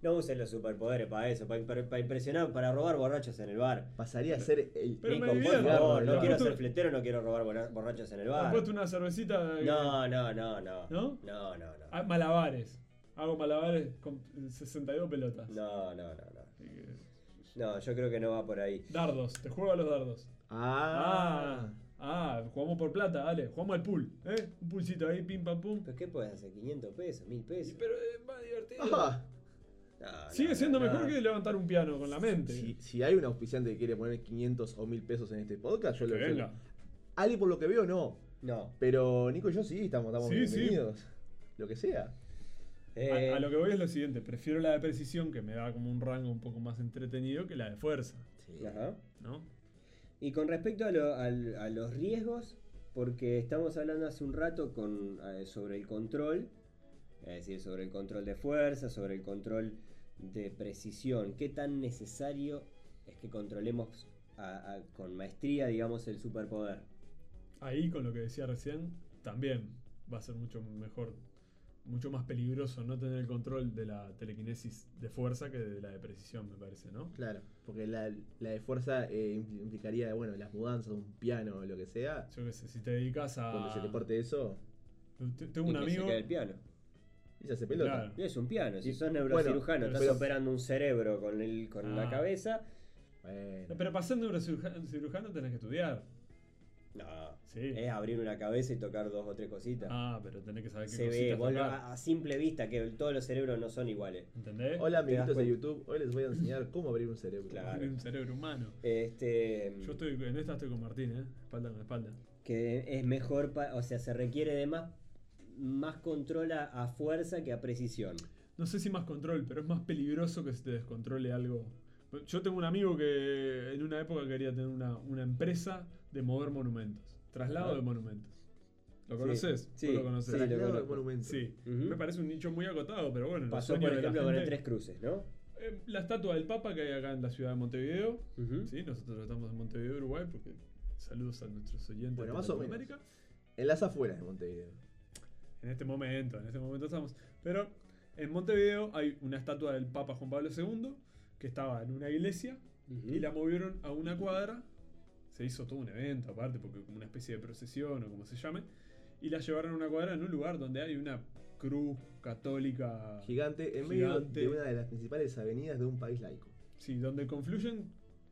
D: no uses los superpoderes para eso, para, para- para impresionar, para robar borrachos en el bar.
C: Pasaría a ser el.
B: Pero me
D: Nico, por
B: divierto.
D: favor, no
B: Lo
D: quiero
B: apuesto-
D: ser fletero, no quiero robar borra- borrachos en el
B: Me
D: bar.
B: apuesto una cervecita. eh,
D: No, no, no, no.
B: ¿No? Ah.
D: No, no, no.
B: a- malabares. Hago malabares con eh, 62 pelotas.
D: No, no, no, no.
B: Así que-
D: No, yo creo que no va por ahí.
B: Dardos, te juego a los dardos.
C: Ah.
B: Ah, ah, jugamos por plata, dale, jugamos al pool, ¿eh? Un pulsito ahí, pim pam pum.
D: ¿Pero qué puedes hacer? ¿500 pesos? ¿1000
B: Y
D: pesos?
B: Pero es más divertido.
C: Ah.
D: No, no,
B: Sigue siendo
D: no,
B: mejor
D: no.
B: que levantar un piano con la mente.
C: Si, si hay un auspiciante que quiere poner 500 o 1000 pesos en este podcast, yo
B: Que
C: lo
B: venga.
C: Ali, por lo que veo, no.
D: No.
C: Pero Nico y yo sí estamos, estamos
B: Sí, sí.
C: bienvenidos. Lo que sea.
D: Eh,
B: A, a lo que voy es lo siguiente, prefiero la de precisión que me da como un rango un poco más entretenido que la de fuerza,
D: ajá.
B: ¿no?
D: Y con respecto a, lo- al- a los riesgos, porque estamos hablando hace un rato con, eh, sobre el control, es decir, sobre el control de fuerza, sobre el control de precisión, qué tan necesario es que controlemos a- a- con maestría, digamos, el superpoder.
B: Ahí con lo que decía recién, también va a ser mucho mejor, mucho más peligroso no tener el control de la telequinesis de fuerza que de la de precisión, me parece, ¿no?
C: Claro, porque la, la de fuerza eh, impl- implicaría, bueno, las mudanzas, un piano, lo que sea.
B: Yo qué sé, si te dedicas a...
D: pues
C: Cuando se le corte eso,
B: Te- Tengo un
D: Y que se
B: amigo.
D: quede el piano.
C: y se hace pelota.
B: Claro.
D: Y es un piano, si
C: Y-
D: sos
C: bueno,
D: neurocirujano, estás
C: pero-
D: operando un cerebro con, el, con la
B: pues Ah.
D: cabeza.
C: Bueno.
B: No, Pero para ser neurocirujano cirujano tenés que estudiar.
D: No,
B: Sí.
D: es abrir una cabeza y tocar dos o tres cositas.
B: Ah, pero tenés que saber qué
D: se ve,
B: cositas
D: vos lo-
B: tocar.
D: a, a simple vista, que todos los cerebros no son iguales.
B: ¿Entendés?
C: Hola
D: Te das
C: amiguitos de
D: cuenta.
C: YouTube, hoy les voy a enseñar cómo abrir un cerebro.
D: Claro.
B: Tiene un cerebro humano.
D: Este,
B: Yo estoy en esta estoy con Martín, ¿eh? Espalda con espalda.
D: Que es mejor, pa- o sea, se requiere de más, más control a, a fuerza que a precisión.
B: No sé si más control, pero es más peligroso que se te descontrole algo. Yo tengo un amigo que en una época quería tener una, una empresa de mover monumentos. Traslado
D: Ajá.
B: de monumentos. ¿Lo
D: Ah. Sí.
B: conoces?
D: Sí.
B: Vos lo conocés.
D: Sí,
C: Traslado
D: lo
C: del
D: conozco.
C: monumento.
B: Sí.
D: Ujú.
B: Me parece un nicho muy acotado, pero bueno. los
D: Pasó,
B: sueños
D: por
B: de la
D: ejemplo, con el
B: gente-
D: Tres Cruces, ¿no?
B: Eh, La estatua del Papa que hay acá en la ciudad de Montevideo.
D: Ujú.
B: Sí, nosotros estamos en Montevideo, Uruguay, porque saludos a nuestros oyentes
C: Bueno,
B: de
C: más o menos.
B: Latinoamérica.
C: En las afueras de Montevideo.
B: En este momento, en este momento estamos. Pero en Montevideo hay una estatua del Papa Juan Pablo II que estaba en una iglesia
D: Ujú.
B: y la movieron a una cuadra. Se hizo todo un evento aparte, porque como una especie de procesión o como se llame. Y la llevaron a una cuadra en un lugar donde hay una cruz católica.
C: Gigante, en medio
B: Gigante.
C: de una de las principales avenidas de un país laico.
B: Sí, donde confluyen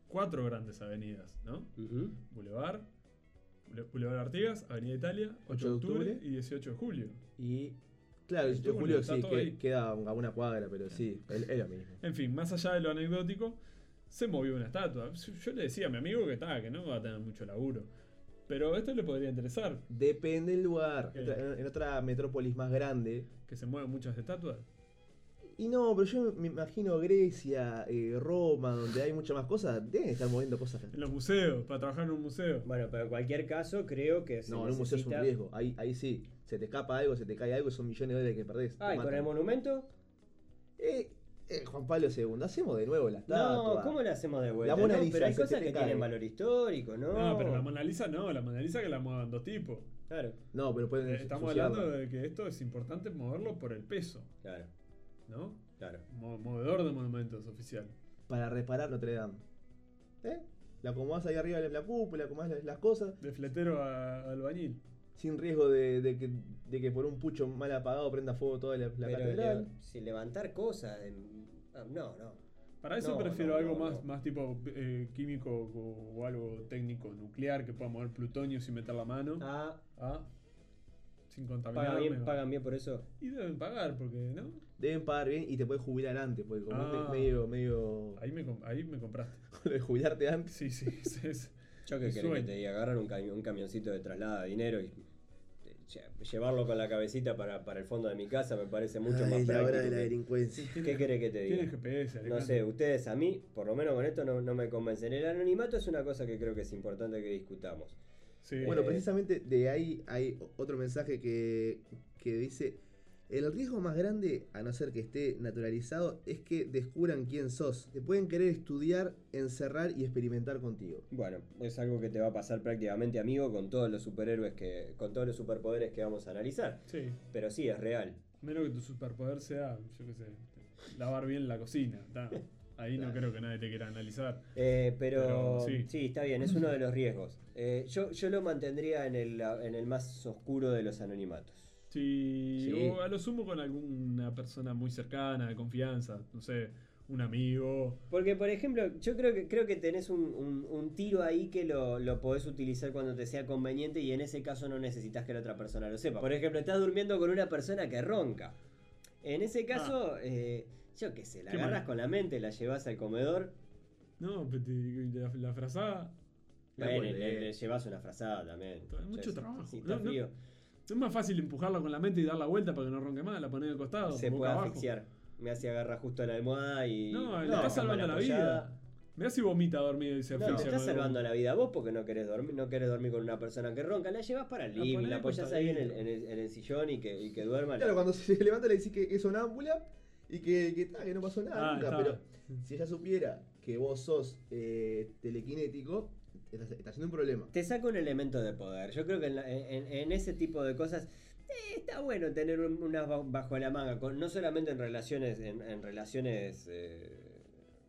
B: cuatro grandes avenidas, ¿no?
D: Ujú.
B: Boulevard, Boule- Boulevard Artigas, Avenida Italia, 8, de octubre, y 18 de julio.
C: Y claro,
B: Está
C: yo
B: bueno,
C: Julio
B: está
C: sí,
B: todo
C: que-
B: ahí.
C: queda a una cuadra, pero sí, es es lo mismo.
B: En fin, más allá de lo anecdótico, se movió una estatua. Yo yo le decía a mi amigo que estaba, que no va a tener mucho laburo. Pero esto le podría interesar,
C: Depende del lugar.
B: Ok.
C: Otra- en, en otra metrópolis más grande.
B: que se muevan muchas estatuas.
C: Y no, pero yo me imagino Grecia, eh, Roma, donde hay muchas más cosas, deben estar moviendo cosas.
B: En los museos, para trabajar en un museo.
D: Bueno, pero en cualquier caso, creo que se
C: No, en un museo es un
D: necesita-
C: riesgo. Ahí, ahí sí, se te escapa algo, se te cae algo, son millones de dólares que perdés. te
D: Ah, ¿y con
C: matan.
D: el monumento?
C: Eh, eh, Juan Pablo II, hacemos de nuevo la estatua.
D: No, ¿cómo la hacemos de vuelta?
C: La Mona
D: No,
C: Lisa,
D: pero hay
C: se te
D: cosas que
C: cae.
D: tienen valor histórico, ¿no?
B: No, pero la Mona Lisa no, la Mona Lisa que la muevan dos tipos.
D: Claro,
C: No, pero pueden
B: Eh, Estamos
C: ensuciarla.
B: hablando de que esto es importante moverlo por el peso,
D: claro,
B: ¿no?
D: claro.
B: Mo- movedor de monumentos oficial.
C: Para reparar Notre Dame. ¿Eh? La acomodás ahí arriba en la cúpula, acomodás las, las cosas,
B: De fletero a albañil.
C: sin riesgo de, de que, de que por un pucho mal apagado prenda fuego toda la, la
D: Pero
C: catedral.
D: le- si levantar cosas. en- ah, No, no.
B: Para eso
D: No,
B: prefiero
D: no,
B: algo
D: no,
B: más,
D: no.
B: más tipo eh, químico o, o algo técnico nuclear que pueda mover plutonio sin meter la mano.
D: Ah,
B: Ah, sin contaminar.
D: pagan bien,
B: me-
D: pagan bien por eso.
B: Y deben pagar, porque no.
C: Deben pagar bien y te puedes jubilar antes, porque como
B: Ah.
C: este medio, medio
B: Ahí me, com- ahí me compraste.
C: lo de jubilarte antes.
B: Sí, sí, es- es-
D: Yo que
B: Mi
D: querés que
B: sueño.
D: te diga, agarrar un, cami- un camioncito de traslado de dinero y te, lle- eh, llevarlo con la cabecita para, para el fondo de mi casa me parece mucho
C: Ay,
D: más
C: la hora de
D: práctico.
C: la
D: que-
C: delincuencia.
D: ¿Qué querés que te diga?
B: Tienen GPS,
D: No
B: Alejandro.
D: sé, ustedes a mí, por lo menos con esto, no, no me convencen. El anonimato es una cosa que creo que es importante que discutamos.
B: Sí.
C: Bueno,
D: Eh,
C: precisamente de ahí hay o- otro mensaje que, que dice: El riesgo más grande, a no ser que esté naturalizado, es que descubran quién sos. Te pueden querer estudiar, encerrar y experimentar contigo.
D: Bueno, es algo que te va a pasar prácticamente, amigo, con todos los superhéroes que. con todos los superpoderes que vamos a analizar.
B: Sí.
D: Pero sí, es real.
B: Menos que tu superpoder sea, yo qué sé, lavar bien la cocina. ta. Ahí no creo que nadie te quiera analizar.
D: Eh, pero
B: Pero sí.
D: sí. está bien, es uno de los riesgos. Eh, yo, yo lo mantendría en el, en el más oscuro de los anonimatos.
B: Sí,
D: Sí.
B: o a lo sumo con alguna persona muy cercana, de confianza, no sé, un amigo.
D: Porque, por ejemplo, yo creo que, creo que tenés un, un- un tiro ahí que lo, lo podés utilizar cuando te sea conveniente y en ese caso no necesitas que la otra persona lo sepa. Por ejemplo, estás durmiendo con una persona que ronca. En ese caso, eh, yo qué sé, la
B: Ah. Qué
D: agarras
B: mal.
D: con la mente, la llevas al comedor,
B: No, pero te- la, la frazada.
C: La
D: bueno,
C: vuelve.
D: le, le llevas una frazada también.
B: Hay mucho
D: Ya, si-
B: trabajo.
D: si está
B: No, no,
D: frío,
B: Es más fácil empujarla con la mente y dar la vuelta para que no ronque más, la pones de costado.
D: se
B: boca
D: puede
B: abajo.
D: asfixiar. Me hace agarrar justo a la almohada y.
B: No, le
D: está
B: estás salvando la vida. Mirá si vomita dormido y se
D: No,
B: asfixia.
D: te
B: con
D: estás
B: el
D: salvando
B: vómito.
D: la vida vos porque no querés dormir, no querés dormir con una persona que ronca, la llevas para el
B: La
D: living,
B: ponés
D: la
B: de
D: apoyás ahí en el,
B: costadito.
D: en el- en el sillón y que, y que duerma. la-
C: Claro, cuando se levanta le decís que es sonámbula y que, que, ta, que no pasó nada
B: Ah,
C: nunca,
B: está.
C: pero si ella supiera que vos sos eh, telequinético, estás, estás haciendo un problema.
D: Te saca un elemento de poder. Yo creo que en, la- en- en ese tipo de cosas eh, está bueno tener un- unas ba- bajo la manga, con- no solamente en relaciones, en, en relaciones eh,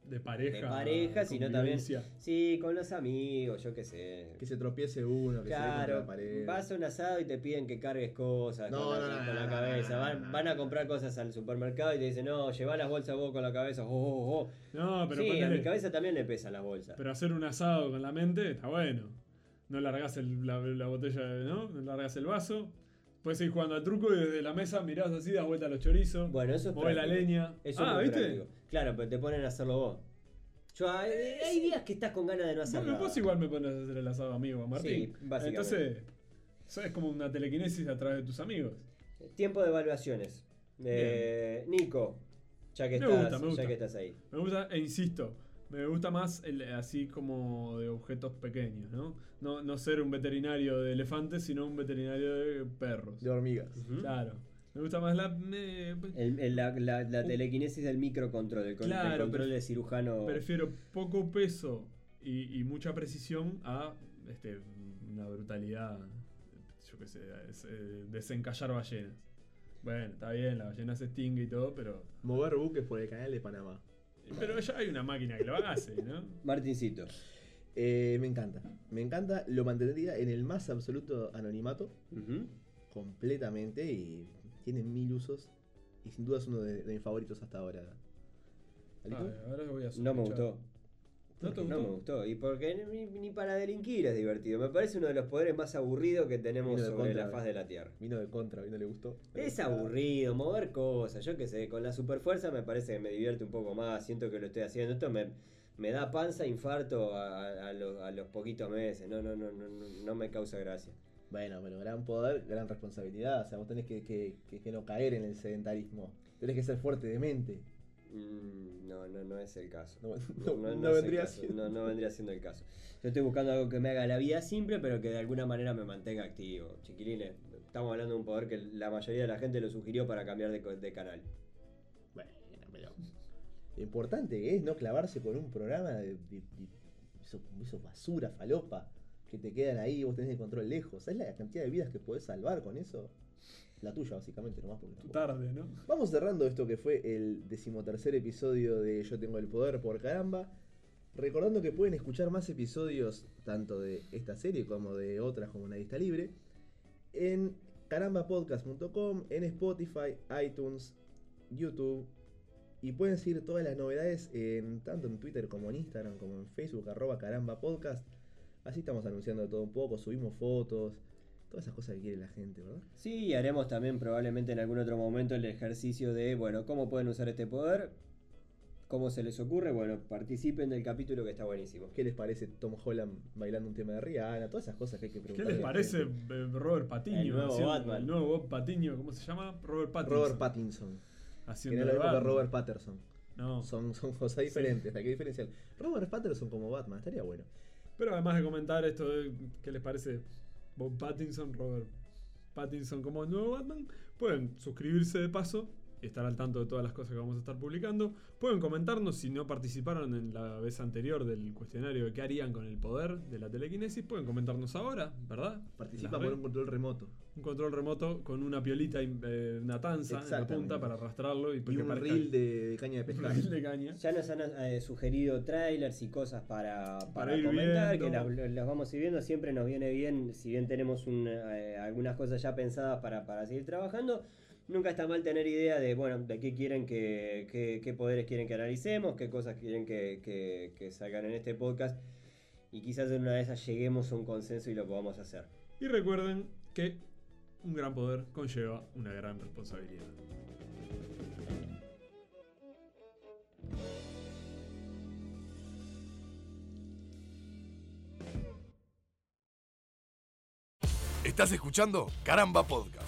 B: De pareja.
D: de pareja, sino también-
B: convivencia.
D: sí, con los amigos, yo qué sé.
C: Que se tropiece uno, que se dé contra
D: Claro,
C: la pared.
D: vas a un asado y te piden que cargues cosas
C: No,
D: con la,
C: no, no,
D: con la
C: no,
D: cabeza.
C: no, no,
D: van,
C: no,
D: van a
C: no.
D: comprar cosas al supermercado y te dicen, no, llevá las bolsas vos con la cabeza. oh, oh, oh".
B: No, pero
D: sí, a
B: ponele-
D: mi cabeza también le pesan las bolsas.
B: Pero hacer un asado con la mente está bueno. No largas el- la, la botella, ¿no? No largas el vaso. Puedes ir jugando al truco y desde la mesa mirás así, das vuelta a los chorizos.
D: bueno, eso es
B: mueve la
D: práctico.
B: leña.
D: Eso
B: ah,
D: es muy
B: ¿viste?
D: práctico. Claro, pero te ponen a hacerlo vos. Yo, hay, hay días que estás con ganas de no hacer
B: Vos-
D: nada.
B: vos igual me pones a hacer el asado amigo, Martín.
D: Sí, básicamente.
B: Entonces, eso es como una telequinesis a través de tus amigos.
D: Eh, Tiempo de evaluaciones. Eh, Nico, ya que,
B: Me
D: estás,
B: gusta, me gusta.
D: ya que estás ahí.
B: Me gusta, e insisto, me gusta más el, así como de objetos pequeños, ¿no? ¿no? No ser un veterinario de elefantes, sino un veterinario de perros. ¿Mm?
C: De hormigas.
B: Claro. Me gusta más la... me- pues,
D: El- el- la, la- la telequinesis del microcontrol, el, con-
B: Claro,
D: el control
B: pero-
D: de cirujano.
B: Prefiero poco peso y, y mucha precisión a este, una brutalidad, yo qué sé, es, eh, desencallar ballenas. Bueno, está bien, la ballena se extingue y todo, pero.
C: Mover buques por el canal de Panamá.
B: Pero ya hay una máquina que lo hace, ¿no?
D: Martincito.
C: Eh, me encanta. Me encanta. Lo mantendría en el más absoluto anonimato.
D: Ujú.
C: Completamente. Y tiene mil usos. Y sin duda es uno de, de mis favoritos hasta ahora. ¿Alito?
B: Ah, ahora voy a
D: No me
B: sospechar.
D: gustó.
B: ¿No te
D: No me
B: gustó?
D: gustó. Y porque ni, ni para delinquir es divertido. Me parece uno de los poderes más aburridos que tenemos
C: Vino de
D: sobre
C: contra,
D: la
C: eh.
D: faz de la Tierra.
C: Vino de contra, vino le gustó.
D: Es aburrido, mover cosas, yo qué sé, con la superfuerza me parece que me divierte un poco más, siento que lo estoy haciendo, esto me, me da panza, infarto a, a- a los, a los poquitos meses, no, no, no, no, no, no me causa gracia.
C: Bueno, pero gran poder, gran responsabilidad. O sea, vos tenés que, que- que- que no caer en el sedentarismo. Tenés que ser fuerte de mente.
D: Mm, no, no, no es el caso.
C: No,
D: No,
C: no- no
D: no- no es el
C: vendría
D: caso,
C: siendo.
D: no- no vendría siendo el caso. Yo estoy buscando algo que me haga la vida simple, pero que de alguna manera me mantenga activo. Chiquilines, estamos hablando de un poder que la mayoría de la gente lo sugirió para cambiar de, co- de canal.
C: Bueno, pero. Lo importante que es no clavarse con un programa de, de- de- esos- esos basura, falopa, que te quedan ahí y vos tenés el control lejos. ¿Sabés la cantidad de vidas que podés salvar con eso? La tuya, básicamente, nomás porque.
B: Tu Tarde, ¿no?
C: Vamos cerrando esto que fue el decimotercer episodio de Yo Tengo el Poder por caramba. Recordando que pueden escuchar más episodios, tanto de esta serie como de otras como Nadista Libre, en carambapodcast.com, en Spotify, iTunes, YouTube. Y pueden seguir todas las novedades en tanto en Twitter como en Instagram, como en Facebook, arroba carambapodcast. Así estamos anunciando de todo un poco, subimos fotos, todas esas cosas que quiere la gente, ¿verdad?
D: Sí, y haremos también probablemente en algún otro momento el ejercicio de, bueno, ¿cómo pueden usar este poder? ¿Cómo se les ocurre? Bueno, participen del capítulo que está buenísimo.
C: ¿Qué les parece Tom Holland bailando un tema de Rihanna? Todas esas cosas que hay que
B: ¿Qué
C: preguntar.
B: les parece eh, Robert Patiño?
D: El nuevo
B: haciendo-
D: Batman.
B: el nuevo Bob Patiño, ¿cómo se llama? Robert Pattinson.
C: Robert Pattinson. Que
B: Haciendo
C: no es lo
B: de
C: mismo que
B: Batman.
C: Robert Patterson.
B: No.
C: Son, son cosas diferentes, hay que diferenciar. Robert Patterson como Batman, estaría bueno.
B: Pero además de comentar esto de qué les parece Bob Pattinson, Robert Pattinson como el nuevo Batman, pueden suscribirse de paso y estar al tanto de todas las cosas que vamos a estar publicando. Pueden comentarnos si no participaron en la vez anterior del cuestionario de qué harían con el poder de la telequinesis. Pueden comentarnos ahora, ¿verdad?
C: Participa
B: Las
C: por
B: redes.
C: un control remoto.
B: Un control remoto con una piolita, y, eh, una tanza en la
C: Exactamente.
B: punta para arrastrarlo y,
C: Y
B: que
C: un
B: parezca-
C: reel de, de caña de
B: un
C: pescar.
B: reel de caña.
D: Ya nos han eh, sugerido trailers y cosas para, para,
B: Para ir
D: comentar,
B: viendo.
D: que las, las vamos a ir viendo. Siempre nos viene bien, si bien tenemos un, eh, algunas cosas ya pensadas para, para seguir trabajando, nunca está mal tener idea de, bueno, de qué quieren que, qué, qué poderes quieren que analicemos, qué cosas quieren que, que, que salgan en este podcast. Y quizás en una de esas lleguemos a un consenso y lo podamos hacer.
B: Y recuerden que un gran poder conlleva una gran responsabilidad.
A: Estás escuchando Caramba Podcast.